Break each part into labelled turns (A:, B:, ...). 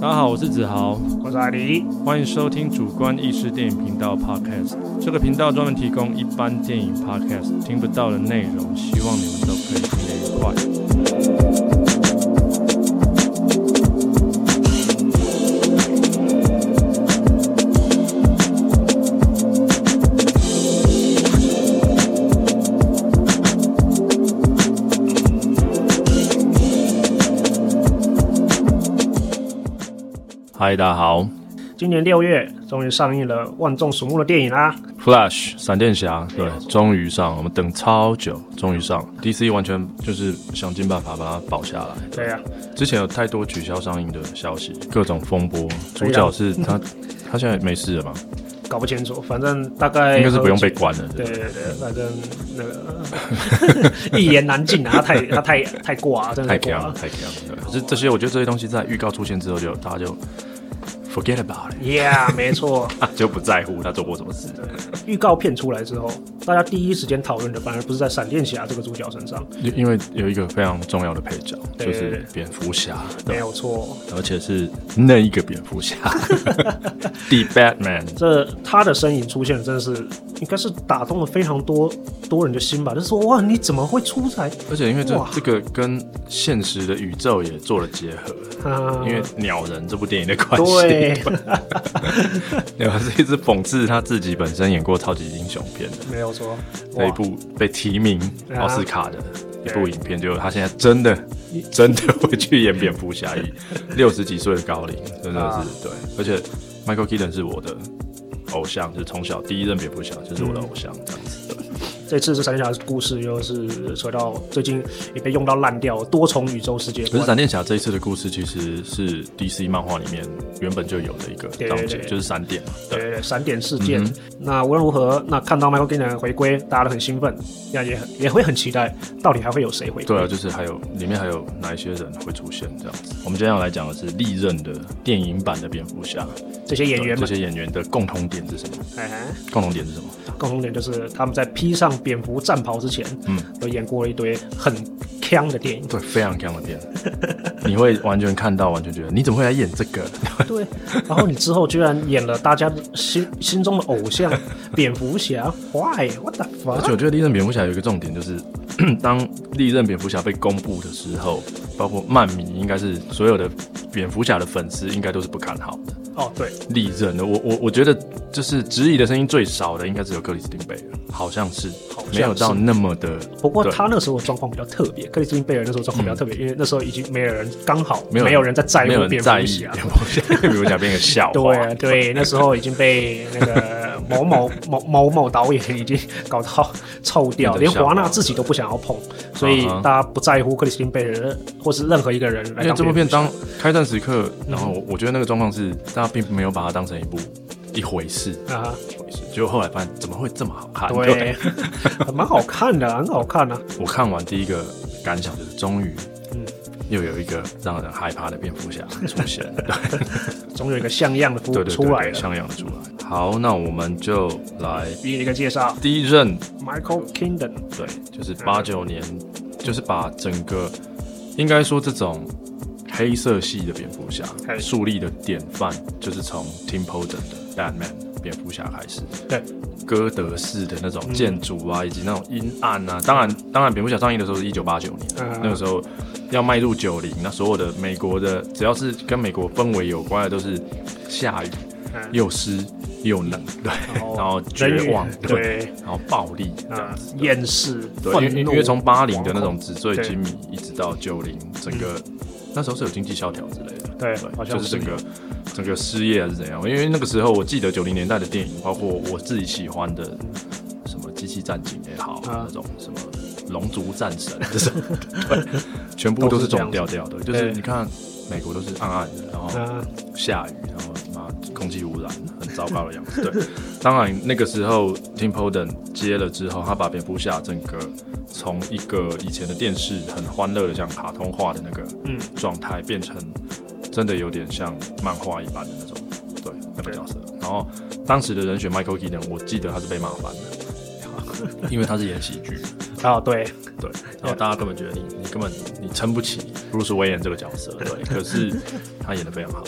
A: 大家好，我是子豪，
B: 我是阿迪。
A: 欢迎收听主观意识电影频道 Podcast。这个频道专门提供一般电影 Podcast 听不到的内容，希望你们都可以听得愉快。嗨，大家好
B: 今年六月终于上映了万众瞩目的电影啦，
A: ，Flash 闪电侠，对，终于上，我们等超久，终于上，DC 完全就是想尽办法把它保下来。
B: 对啊呀、
A: 之前有太多取消上映的消息，各种风波，主角是他，他现在没事 了吗？
B: 搞不清楚，反正大概
A: 应该是不用被关了。
B: 对对对，反正那个 一言难尽啊，他太他太太挂啊了，真的
A: 太
B: 太
A: 强
B: 挂
A: 了，
B: 了。
A: 太强了。对可是这些，我觉得这些东西在预告出现之后就，大家就 forget about it，
B: Yeah，没错。
A: 啊就不在乎他做过什么事。
B: 预告片出来之后，大家第一时间讨论的反而不是在闪电侠这个主角身上，
A: 因因为有一个非常重要的配角，
B: 对
A: 就
B: 对对
A: 是蝙蝠侠，
B: 没有错。
A: 而且是那一个蝙蝠 侠，The Batman。
B: 这他的身影出现，真的是应该是打动了非常多多人的心吧。就是说，哇，你怎么会出来？
A: 而且因为这
B: 哇
A: 这个跟现实的宇宙也做了结合，
B: 啊、
A: 因为《鸟人》这部电影的关系，
B: 对，
A: 对吧？是一直讽刺他自己本身演过超级英雄片的
B: 没有错。
A: 这一
B: 哇
A: 部被提名
B: 啊
A: 奥斯卡的一部影片，就他现在真的真的会去演蝙蝠侠， 以六十几岁的高龄，真的
B: 啊
A: 是对。而且 Michael Keaton 是我的偶像，就是从小第一任蝙蝠侠就是我的偶像，这样子。对
B: 这次这闪电侠的故事又是扯到最近也被用到烂掉，多重宇宙世界
A: 可是
B: 观。
A: 闪电侠这一次的故事其实是 DC 漫画里面原本就有的一个
B: 对对
A: 章节，
B: 对
A: 就是闪电嘛。
B: 对
A: 对，
B: 对对，闪点事
A: 嗯
B: 件。那无论如何，那看到 Michael k e a 的回归，大家都很兴奋，那也很也会很期待，到底还会有谁回归？
A: 对啊，就是还有里面还有哪一些人会出现这样子？我们今天要来讲的是历任的电影版的蝙蝠侠，
B: 这些演员
A: 这
B: 们，
A: 些演员的共同点是什么？
B: 哎哎，
A: 共同点是什 么？
B: 共同点就是他们在披上蝙蝠战袍之前，
A: 嗯，
B: 都演过一堆很强的电影。
A: 对，非常强的片，你会完全看到，完全觉得你怎么会来演这 个？
B: 对，然后你之后居然演了大家心心中的偶像蝙蝠侠，Why what the
A: 而且
B: fuck？
A: 我觉得历任蝙蝠侠有一个重点，就是 当历任蝙蝠侠被公布的时候，包括漫迷，应该是所有的蝙蝠侠的粉丝应该都是不看好的。
B: 哦，对，
A: 历任的，我我我觉得就是质疑的声音最少的，应该只有克里斯汀贝尔，好像是，
B: 好
A: 没
B: 像
A: 有到
B: 是
A: 那么的。
B: 不过
A: 对嗯
B: 他那时候的状况比较特别，克里斯汀贝尔那时候状况比较特别，因为那时候已经没有人刚好
A: 没有
B: 有人在在
A: 没有
B: 乎
A: 人
B: 蝙
A: 在
B: 蝠
A: 意
B: 侠。
A: 蝙蝠侠，蝙蝠侠变个笑话。
B: 啊对对，那时候已经被那个某某某某某导演已经搞到臭掉，
A: 变
B: 连
A: 成笑话
B: 华纳自己都不想要碰，所以
A: 啊哈
B: 大家不在乎克里斯汀贝尔或是任何一个人
A: 因
B: 来
A: 为
B: 当
A: 这部片
B: 蝙蝠侠
A: 当开战时刻，然后我我觉得那个状况是，大家并没有把它当成一部一回事，
B: 啊哈。
A: 一回事。结果后来发现怎么会这么好看？
B: 对， 蛮好看的，很好看啊。
A: 我看完第一个感想就是，终于，
B: 嗯
A: 又有一个让人害怕的蝙蝠侠出现了，
B: 总有一个像样的服
A: 对
B: 务
A: 对对
B: 出来
A: 对，
B: 了。
A: 像样的出来。好，那我们就来
B: 第一个介绍
A: 第一任，
B: ，Michael Kingdon，
A: 对，就是八九年，就是把整个应该说这种黑色系的蝙蝠侠
B: 嘿
A: 树立的典范，就是从 Tim Burton 的 Batman 蝙蝠侠开始。
B: 对，
A: 哥德式的那种
B: 嗯
A: 建筑啊，以及那种阴暗啊。当然，当然，蝙蝠侠上映的时候是一九八九年，
B: 嗯
A: 那个时候要迈入九零，那所有的美国的只要是跟美国氛围有关的，都是下雨
B: 嗯
A: 又湿又冷，对，
B: 后
A: 然后
B: 人
A: 绝
B: 与
A: 望，
B: 对，
A: 然后暴力这样
B: 啊
A: 子，，
B: 厌世，
A: 对，
B: 愤
A: 因为因
B: 怒
A: 为因为从八零的那
B: 惶
A: 种
B: 恐
A: 纸醉金迷，一直到九零，整个、那时候是有经济萧条之类的，
B: 嗯对好像
A: 就是
B: 是
A: 整个整个失业还是怎样？因为那个时候我记得九零年代的电影，包括我自己喜欢的什么《机器战警》也好，
B: 啊
A: 那种什么《龙族战神》 这种，对，全部都是这种调调的，就是
B: 对
A: 你看美国都是暗暗的，然后。
B: 啊，
A: 下雨，然后妈空气污染，很糟糕的样子。对，当然那个时候 Tim Holden 接了之后，他把蝙蝠侠整个从一个以前的电视很欢乐的像卡通化的那个
B: 嗯
A: 状态，变成真的有点像漫画一般的那种，对那个角色。然后当时的人选 Michael Keaton，我记得他是被骂翻的，因为他是演喜剧，
B: 哦，对，
A: 对，然后大家根本觉得你你根本你撑不起布鲁斯威廉这个角色，对，可是他演的非常好，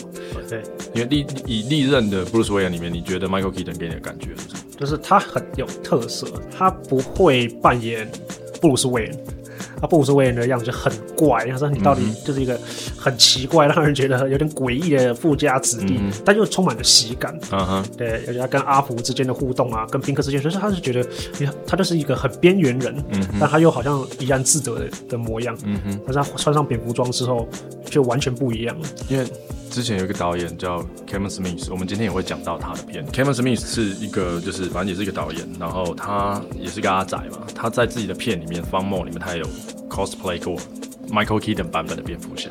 B: 对，
A: 因为历以历任的布鲁斯威廉里面，你觉得 Michael Keaton 给你的感觉是什么？
B: 就是他很有特色，他不会扮演布鲁斯韦恩，他布鲁斯韦恩的样子就很怪，但是你
A: 嗯
B: 到底就是一个很奇怪，让人觉得有点诡异的富家子弟，
A: 嗯
B: 但又充满了喜感。
A: 嗯哼，
B: 对，而且他跟阿福之间的互动啊，跟宾克之间，就是他是觉得你看他就是一个很边缘人，但他又好像怡然自得的的模样。
A: 嗯哼，
B: 但是他穿上蝙蝠装之后，就完全不一样了。
A: 因为之前有一个导演叫 Kevin Smith，我们今天也会讲到他的片。Kevin Smith 是一个，就是反正也是一个导演，然后他也是个阿仔嘛。他在自己的片里面《方梦》里面，他也有 cosplay 过 Michael Keaton 版本的蝙蝠侠，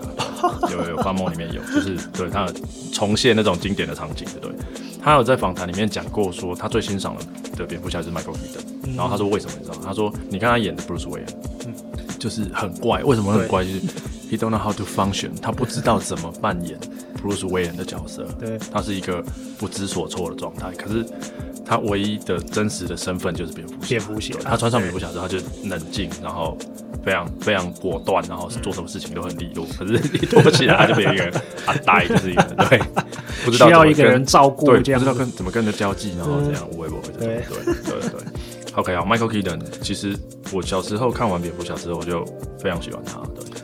A: 有有有《方梦》里面有，就是对他重现那种经典的场景，对。他有在访谈里面讲过说他最欣赏的蝙蝠侠就是 Michael Keaton，然后他说为什么你知道吗？他说你看他演的 Bruce Wayne，就是很怪，为什么很怪？就是 he don't know how to function，他不知道怎么扮演 Bruce Wayne 的角色，
B: 对
A: 他是一个不知所措的状态。可是他唯一的真实的身份就是蝙蝠侠，
B: 蝙蝠侠
A: 对他穿上蝙蝠侠之后，他就冷静，然后非常非常果断，然后做什么事情都很利落。可是 一躲起来，他就变一个人阿呆，就是一个人 对，不知道
B: 需要
A: 怎么
B: 一个
A: 跟
B: 人照顾
A: 对，
B: 这样
A: 不知道
B: 子
A: 跟怎么跟人家交际，然后怎样无微不微这种，对对对。OK，好，Michael Keaton，其实我小时候看完蝙蝠侠之后，我就非常喜欢他，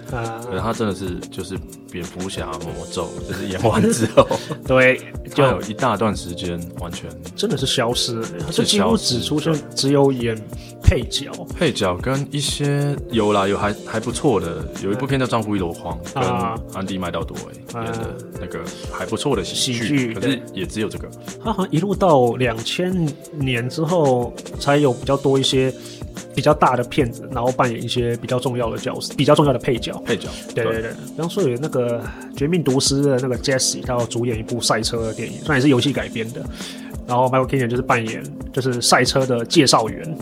A: 对，
B: 啊、
A: 可是他真的是就是蝙蝠侠魔咒，就是演完之后，
B: 对，
A: 就
B: 就
A: 有一大段时间完全
B: 哎真的是消失了，
A: 是
B: 就几乎
A: 消失
B: 只出现只有演配角
A: 配角跟一些有啦有还还不错的，有一部片叫《丈夫一箩筐》，
B: 啊
A: 跟安迪麦道多哎
B: 啊
A: 演的那个还不错的喜
B: 喜剧
A: 剧，可是也只有这个，
B: 他好像一路到两千年之后才有比较多一些比较大的片子，然后扮演一些比较重要的角色、比较重要的配角。
A: 配角
B: 对对对，比方说有那个《绝命毒师》的那个 Jesse，他要主演一部赛车的电影，虽然也是游戏改编的。然后 Michael Keaton 就是扮演就是赛车的介绍员，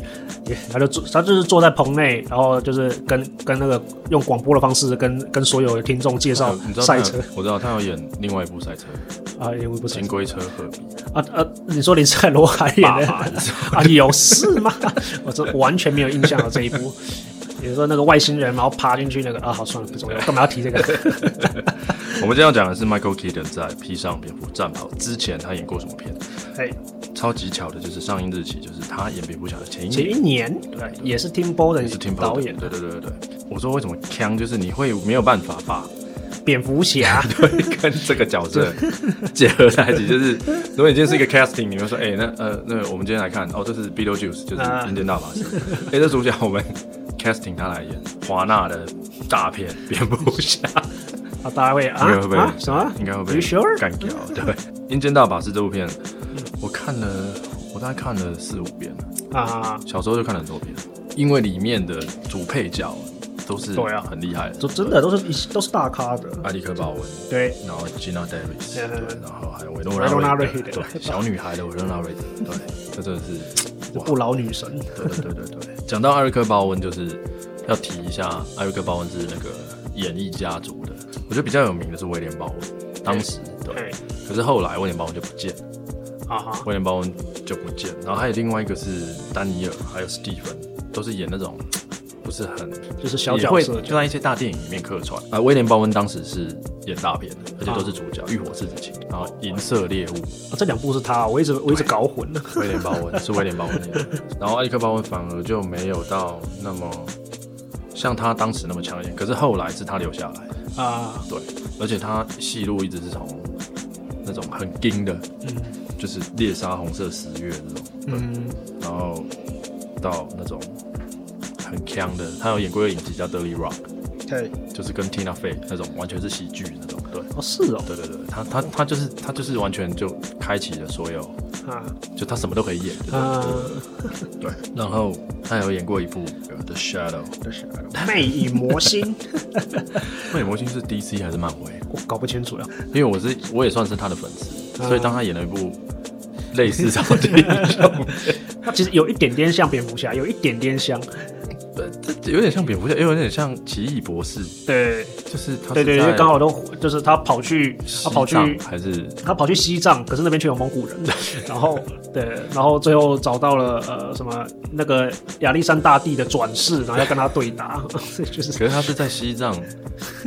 B: 也他就坐他就是坐在棚内，然后就是跟跟那个用广播的方式跟跟所有的听众介绍
A: 哦你知道他
B: 赛
A: 有
B: 车，
A: 我知道他要演另外一部赛车
B: 啊，也不
A: 《
B: 是
A: 金龟车和
B: 啊啊！你说你是在罗海演
A: 爸
B: 的
A: 爸》你知道吗，
B: 啊？有事吗？我这完全没有印象了这一部。你说那个外星人，然后爬进去那个啊，好算了，不重要，干嘛要提这个？
A: 我们今天要讲的是 Michael Keaton 在披上蝙蝠战袍之前，他演过什么片？
B: 哎，
A: 超级巧的就是上映日期就是他演蝙蝠侠的前一
B: 前一
A: 年，
B: 年呃
A: 对
B: 也是 Tim
A: 嗯
B: Burton
A: 也是 Tim
B: 导演啊
A: Burton 对对对对对。我说为什么腔就是你会没有办法把
B: 蝙 蝠侠，
A: 对跟这个角色结合在一起，就是如果你今天是一个 casting，你们说哎、那呃那我们今天来看哦这是 Beetlejuice 就是
B: 啊
A: 阴间大法师，哎、这主角我们 casting 他来演华纳的大片蝙蝠侠。
B: 啊，大家会啊
A: 应该会被
B: 啊什么？
A: 应该会
B: Are you
A: 被
B: sure？
A: 干掉。对，《阴间大法师》这部片，我看了，我大概看了四五遍了，
B: 啊，
A: 小时候就看了很多遍，因为里面的主配角都是
B: 对啊
A: 很厉害的，
B: 就真的都是一都是大咖的，
A: 艾利克鲍文。
B: 对，
A: 然后 Gina Davis，
B: 对对对
A: 然后还有维诺
B: 维诺
A: 纳
B: 纳
A: 瑞
B: 瑞
A: 德，
B: 德
A: 对，小女孩的维诺纳瑞德，对，这真的是，
B: 不老女神，
A: 对对对对对。讲到艾瑞克鲍文，就是要提一下，艾瑞克鲍文是那个演艺家族的，我觉得比较有名的是威廉鲍文，当时对
B: 对，
A: 可是后来威廉鲍文就不见了。
B: 啊哈，
A: 威廉鲍恩就不见，然后还有另外一个是丹尼尔，还有史蒂芬，都是演那种不是很
B: 就是小
A: 也
B: 角
A: 会
B: 色，
A: 就在一些大电影里面客串。啊啊，威廉鲍恩当时是演大片的，而且都是主角，浴火四子情》，然后《银色猎物》，
B: 啊这两部是他，我一直我一直搞混了，
A: 威廉鲍恩是威廉鲍恩演的，然后艾利克鲍恩反而就没有到那么像他当时那么抢眼，可是后来是他留下来，
B: 啊，
A: 对，而且他戏路一直是从那种很硬的，
B: 嗯
A: 就是猎杀红色十月这种，对。
B: 嗯，
A: 然后到那种很强的，他有演过一个影集叫《Dirty Rock
B: 对，》，
A: 就是跟 Tina Fey 那种完全是喜剧那种。对，
B: 哦是哦，
A: 对对对，他他他就是他就是完全就开启了所有，
B: 啊
A: 就他什么都可以演。就是
B: 啊，
A: 对，然后他有演过一部《The Shadow》，
B: 魅影魔星，
A: 那魔星是 DC 还是漫威？
B: 我搞不清楚了。
A: 因为我是我也算是他的粉丝，所以
B: 啊
A: 当他演了一部类似这种电影的时 候，
B: 它其实有一点点像蝙蝠侠，有一点点像，
A: 对，这有点像蝙蝠侠，又有点像奇异博士
B: 对，
A: 就是他
B: 对对，
A: 是
B: 因
A: 在
B: 为刚好都就是他跑去，他跑
A: 西
B: 去
A: 藏还是
B: 他跑去西藏，可是那边却有蒙古人，然后对，然后最后找到了呃什么那个亚历山大帝的转世，然后要跟他对打， 就是
A: 可是他是在西 藏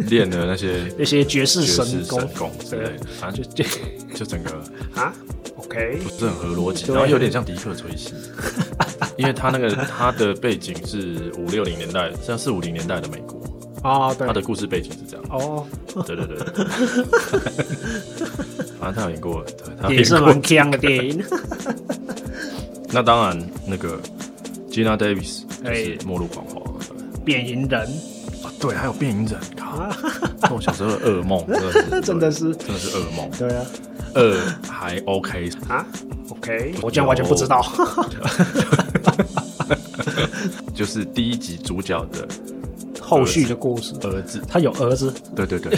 A: 练的那些
B: 那些绝世
A: 绝
B: 神
A: 世
B: 功
A: 神功之类的，反
B: 就
A: 正
B: 就
A: 就就整个
B: 啊，OK，
A: 不是很合逻辑，
B: 对
A: 然后有点像迪克吹西， 因为他那个他的背景是五六零年代，像四五零年代的美国，
B: 啊，对
A: 他，的故事背景是这 样。
B: 哦，
A: 对对对，对反正他有演过，对，他有
B: 也
A: 演
B: 是
A: 过
B: 蛮强的电 影，
A: 那当然，那个 Gina Davis 就
B: 哎
A: 是《末路狂花》
B: 变蝇人
A: 啊，对，还有变影人， 靠，那我小时候的噩梦，
B: 真的是
A: 真的是噩梦，
B: 对啊
A: 二还 OK，
B: 啊，OK，我竟然完全不知道，
A: 就是第一集主角的
B: 后续的故事，
A: 儿子，
B: 他有儿子，
A: 对对对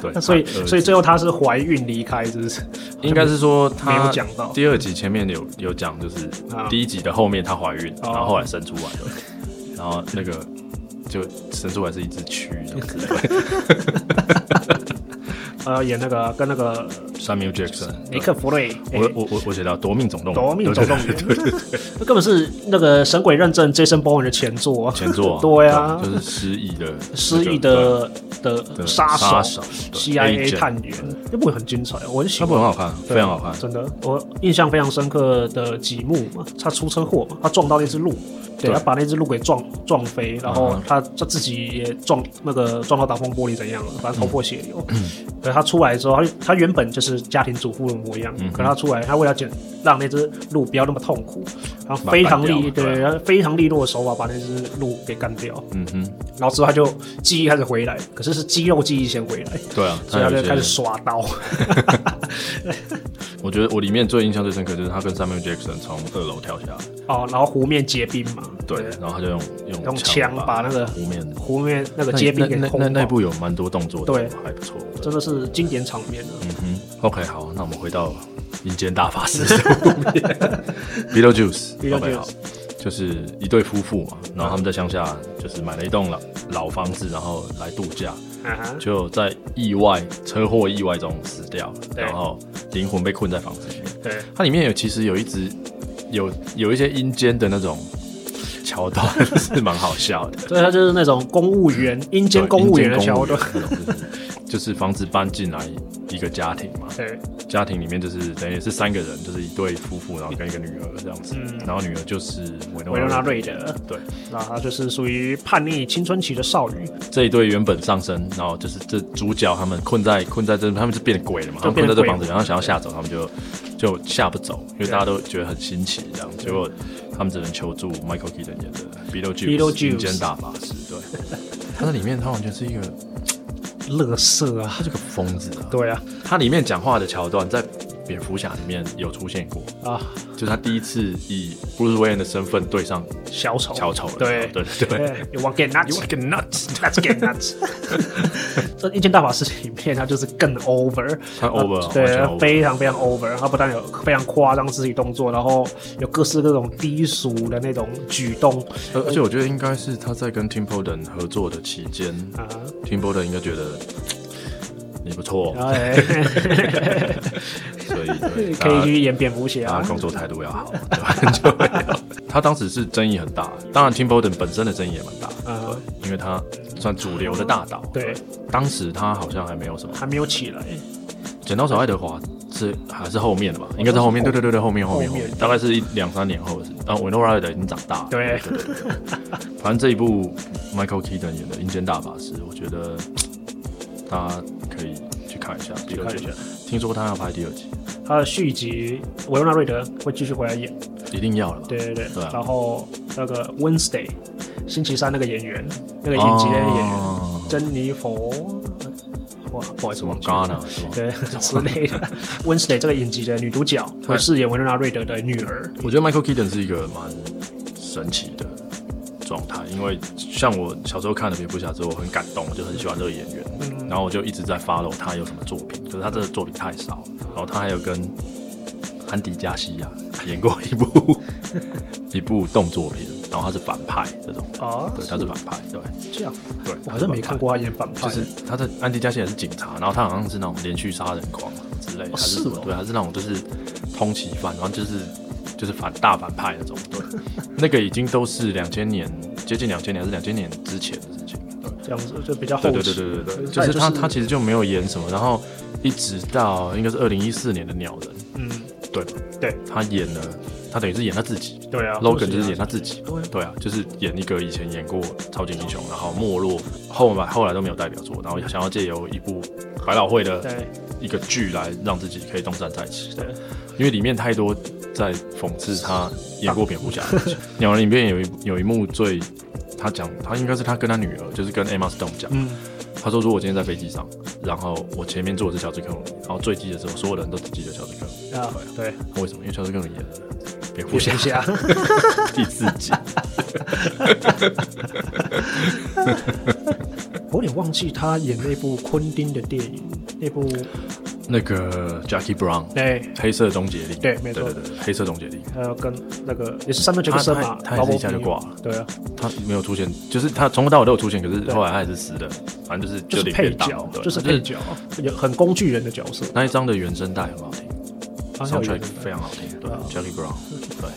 A: 对，
B: 那所以
A: 他儿子
B: 所以最后他是怀孕离开，是不是？
A: 应该是说他
B: 没有讲到
A: 第二集前面有有讲，就是
B: 啊
A: 第一集的后面她怀孕，
B: 哦
A: 然后后来生出来了，然后那个就生出来是一只蛆这样子。
B: 呃，演那个跟那个
A: Samuel Jackson，
B: 尼克弗瑞，
A: 我我我我写到《夺命总动员》，
B: 哎夺命总动
A: 对
B: 员
A: 对对，
B: 那 根本是那个《神鬼认证》Jason Bourne 的前作啊，
A: 前作
B: 对啊，
A: 就是失忆的
B: 失
A: 那
B: 忆
A: 个
B: 的的
A: 对
B: 杀
A: 杀
B: 手
A: 手对
B: CIA
A: agent
B: 探员，那部很精彩，我很喜
A: 那部
B: 欢。
A: 很好看，非常好看。
B: 真的，我印象非常深刻的几幕嘛，他出车祸嘛，他撞到那只鹿，对
A: 对
B: 他把那只鹿给撞撞飞，然后
A: 嗯
B: 他他自己也撞那个撞到挡风玻璃怎样了，反正头破血流。
A: 嗯
B: 可是他出来之后，他他原本就是家庭主妇的模
A: 嗯
B: 样，可是他出来，他为了减让那只鹿不要那么痛苦，然后非常
A: 把它干
B: 利
A: 掉
B: 对，
A: 对
B: 然后非常利落的手法把那只鹿给干掉，
A: 嗯哼，
B: 然后之后他就记忆开始回来，可是是肌肉记忆先回来，
A: 对啊，
B: 所以他
A: 有
B: 就
A: 一些
B: 开始耍刀。
A: 我觉得我里面最印象最深刻就是他跟 Samuel Jackson 从二楼跳下来，
B: 哦，然后湖面结冰嘛，
A: 对，然后他就用
B: 用
A: 用
B: 枪把
A: 把
B: 那个
A: 湖面
B: 湖面那个
A: 那
B: 结冰给
A: 那
B: 轰
A: 那那
B: 爆，
A: 部有蛮多动作的，
B: 对
A: 还不错。
B: 真的是经典场面啊！
A: 嗯哼，OK，好，那我们回到《阴间大法 师》后面，Beetlejuice，OK，好
B: Beetlejuice，
A: 就是一对夫妇嘛，然后他们在乡下就是买了一栋老老房子，然后来度假，
B: 啊哈，
A: 就在意外车祸意外中死掉，
B: 对
A: 然后灵魂被困在房子里面。
B: 对，
A: 它里面有其实有一直有有一些阴间的那种桥段 是蛮好笑的，
B: 所以他就是那种公务员、阴间公务员的桥段。
A: 嗯对阴间公务员那种就 是就是房子搬进来一个家庭嘛，
B: 对，
A: 家庭里面就是等于是三个人，就是一对夫妇，然后跟一个女儿这样子，然后女儿就是维
B: 嗯维
A: 诺
B: 罗纳
A: 纳
B: 瑞德，
A: 对，
B: 那他就是属于叛逆青春期的少女，
A: 这一对原本上身，然后就是这主角他们困在困在这，他们是变鬼了嘛，他
B: 就
A: 们困
B: 变成
A: 在
B: 鬼
A: 这
B: 了
A: 房子，然后想要吓走，他们就就吓不走，因为大家都觉得很新奇这样，结果他们只能求助 Michael Keaton 演的
B: Beetlejuice
A: Beetlejuice 阴间大法师， 对，他在里面他完全是一个
B: 乐色啊！
A: 他是个疯子啊，
B: 对啊，
A: 他里面讲话的桥段在蝙蝠侠里面有出现过，
B: 啊，
A: 就是他第一次以 Bruce Wayne 的身份对上
B: 小丑，
A: 小丑了，
B: 对
A: 对对对。
B: 对，You want get nuts？
A: get nuts？
B: Let's get nuts！这《一间大法师》里面，他就是更 over，
A: 他 over，
B: 呃
A: 完全
B: 对，
A: over
B: 非常非常 over。他不但有非常夸张肢体动作，然后有各式各种低俗的那种举动
A: 而而且我觉得应该是他在跟 Tim Burton 合作的期间
B: 啊，
A: ，Tim Burton 应该觉得嗯你不错，
B: 然后、哎
A: 所以对
B: 可以
A: 他
B: 去演蝙蝠侠
A: 他
B: 啊，
A: 工作态度要好， 对吧？就会有他当时是争议很大，当然 Tim Burton 本身的争议也蛮大，
B: 啊
A: 对，因为他算主流的大导，
B: 对，
A: 当时他好像还没有什么
B: 还没有起来，
A: 剪刀手爱德华是还是后面的吧？应该是后面，对对对对，后面后面
B: 后
A: 后
B: 面
A: 面，大概是一两三年后的事。啊，维诺瑞德已经长大了。
B: 对
A: 对对对。反正这一部 Michael Keaton 演的《阴间大法师》，我觉得嗯大家可以去看一下。去
B: 看一下。
A: 听说他要拍第二集，
B: 他的续集维罗纳瑞德会继续回来演，
A: 一定要了吧？
B: 对对对，
A: 对啊
B: 然后那个 Wednesday 星期三那个演员，那个
A: 哦，
B: 影集的演员、珍妮佛，哇，不好意思，
A: 什哦么
B: 忘记了
A: Ghana 是吗？
B: 对之类的。Wednesday 这个影集的女主角会饰演维罗纳瑞德的女 儿。
A: 我觉得 Michael Keaton 是一个蛮神奇的状态，因为像我小时候看了蝙蝠侠之后，我很感动，我就很喜欢这个演员，
B: 嗯
A: 然后我就一直在 follow 他有什么作品，可是他这个作品太少，然后他还有跟 安迪加西亚演过一部一部动作片，然后他是反派这种，
B: 啊，
A: 哦对，他是反派，对
B: 这样，
A: 对，
B: 我好像没看过他演反派，
A: 就是他的安迪加西也是警察，然后他好像是那种连续杀人狂之类的，
B: 哦
A: 还是
B: 是
A: 什么
B: 哦
A: 对，他是那种就是通缉犯，然后就是就是反大反派那种，对，那个已经都是两千年接近两千年还是两千年之前的事情，对。
B: 这样子就比较后
A: 对对对
B: 期。
A: 对对对，
B: 就是
A: 就是
B: 他也
A: 他
B: 就是
A: 他其实就没有演什么，然后一直到应该是二零一四年的《鸟人》，
B: 嗯，
A: 对吧？
B: 对，
A: 他演了，他等于是演他自己
B: 对啊
A: ，Logan 就是演他自己
B: 对啊，
A: 对啊，就是演一个以前演过超级英雄，然后没落，后来后来都没有代表作，然后想要借由一部百老汇的
B: 对
A: 一个剧来让自己可以东山再起，
B: 对，
A: 因为里面太多在讽刺他演过蝙蝠侠的 事情，《鸟人》里面有一有一幕最。他讲，他应该是他跟他女儿，就是跟 Emma Stone 讲，
B: 嗯，
A: 他说：“如果我今天在飞机上，然后我前面坐的是乔治·克鲁尼，然后坠机的时候，所有人都只记得乔治·克鲁尼。
B: 啊，对，
A: 为什么？因为乔治·克鲁尼演了蝙蝠
B: 蝙
A: 侠
B: 蝠 侠，
A: 第四季。
B: 我有点忘记他演那部昆汀的电影，那部，
A: 那个 Jackie Brown，
B: 哎，
A: 黑色终结令。
B: 对没错
A: 对对对，黑色终结令。
B: 还有跟那个也是三面杰克森嘛，
A: 他他也是一下
B: Robert
A: 就
B: Downey
A: 挂了，
B: 对啊，
A: 他没有出现，就是他从头到尾都有出现，可是后来他也是死的。反正就是
B: 就是
A: 零
B: 配
A: 点档
B: 角，
A: 对
B: 就是配角，有很工具人的角色，
A: 那一张的原声带很好听
B: 啊还有
A: ，soundtrack
B: 演员
A: 非常好听。对
B: 啊
A: ，Jackie Brown，对。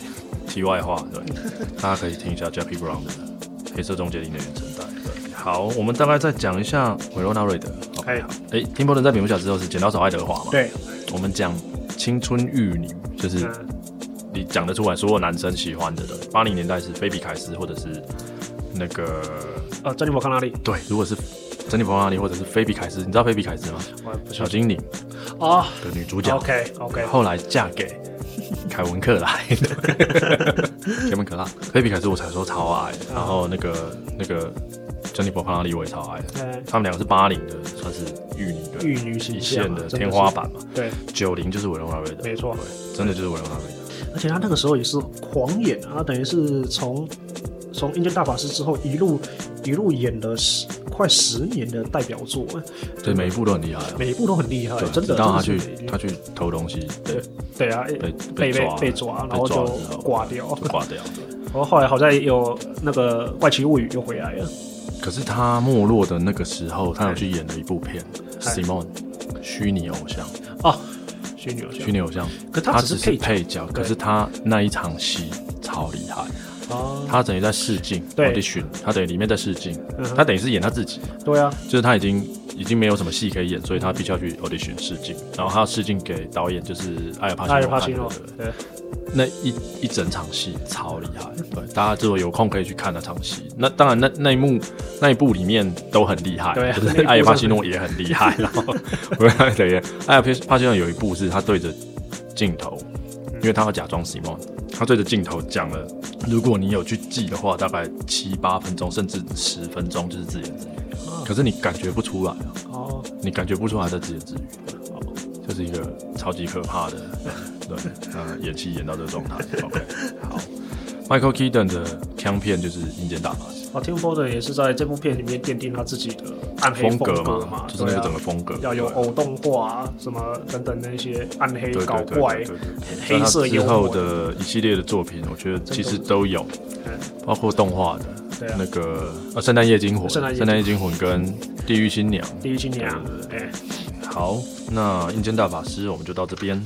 A: 题外话， 对，大家可以听一下 Jackie Brown 的《黑色终结令》的原声带。对，好，我们大概再讲一下维罗纳瑞德。
B: 哎
A: OK，好。哎，听波顿在蝙蝠侠之后是剪刀手爱德华嘛？，
B: 对，
A: 我们讲青春玉女，就是
B: 嗯
A: 你讲得出来所有男生喜欢的。对，八零年代是菲比凯斯或者是那个
B: 呃，珍妮佛康纳利，
A: 对，如果是珍妮弗·阿里或者是菲比凯斯，你知道菲比凯斯吗？
B: 我也不
A: 小
B: 晓
A: 精灵
B: 得啊
A: 的女主角。
B: ，OK OK，
A: 后来嫁给凯文克莱， 凯文克拉，菲比凯斯我才说超爱的，然后那个那个珍妮佛·帕拉里我也超爱的，
B: 呃，
A: 他们两个是八零的，算是玉女的
B: 玉女形
A: 一
B: 象
A: 线
B: 啊
A: 的
B: 真的
A: 天花板嘛，
B: 对，
A: 九零就是维罗纳瑞德，
B: 没错，
A: 对，真的就是维罗纳瑞德，
B: 而且他那个时候也是狂演啊，他等于是从从《阴间大法师》之后一路一路演了十快十年的代表作，
A: 对，每一部都很厉害啊，
B: 每一部都很厉害，
A: 对，
B: 哎真
A: 直
B: 的。
A: 到他去
B: 真的是每一部
A: 他去偷东西，对，
B: 对啊，
A: 被被
B: 被
A: 抓
B: 被抓，然后
A: 被抓
B: 就
A: 了之后
B: 挂掉。
A: 就挂掉，对。
B: 然后后来好在有那个《怪奇物语》又回来了，
A: 可是他没落的那个时候，他
B: 哎
A: 有去演了一部片《
B: 嗨
A: Simon》，虚拟偶像，
B: 哦，虚女偶像
A: 虚拟偶像。
B: 可他
A: 他
B: 只是
A: 只
B: 配
A: 是
B: 角
A: 配角，可是他那一场戏超厉害，
B: 啊，
A: 他等于在试镜
B: 对
A: audition，他等于里面在试镜
B: 嗯，哼
A: 他等于是演他自己，
B: 对啊，
A: 就是他已经已经没有什么戏可以演，所以他必须要去 audition 试镜，然后他试镜给导演就是艾尔帕西
B: 阿
A: 诺
B: 尔帕
A: 看
B: 西诺
A: 的，对
B: 对，
A: 那一一整场戏超厉害，对，大家如果有空可以去看那场戏。那当然那，那一幕那一部里面都很厉害，
B: 对啊
A: 就
B: 那一
A: 是
B: 部
A: 艾尔帕西诺也很厉害。 然后我要等一下，艾尔帕西诺有一部是他对着镜头，因为他要假装 Simon，他对着镜头讲了，如果你有去记的话，大概七八分钟甚至十分钟就是自言自
B: 嗯
A: 语，可是你感觉不出来啊，
B: 哦，
A: 你感觉不出来在自言自语，就是一个超级可怕的，对，那演戏演到这个状态。OK，好，Michael Keaton 的枪片就是《阴间大法师
B: 哦，Tim Burton 也是在这部片里面奠定他自己的暗》黑
A: 风格
B: 嘛，
A: 嘛，就是那
B: 对
A: 个
B: 啊
A: 整个风格，
B: 要有
A: 对
B: 偶动画啊，什么等等那些暗黑
A: 对
B: 搞
A: 对对
B: 怪
A: 对对、对
B: 黑色
A: 所以他
B: 幽
A: 之后
B: 默，
A: 的一系列的作品，我觉得其实都有，
B: 嗯
A: 包括动画的
B: 对啊。
A: 那个呃，圣诞夜惊魂，
B: 圣诞夜惊魂
A: 圣诞夜惊魂跟地狱新娘。
B: 地狱新娘，哎，
A: 好，那阴间大法师我们就到这边。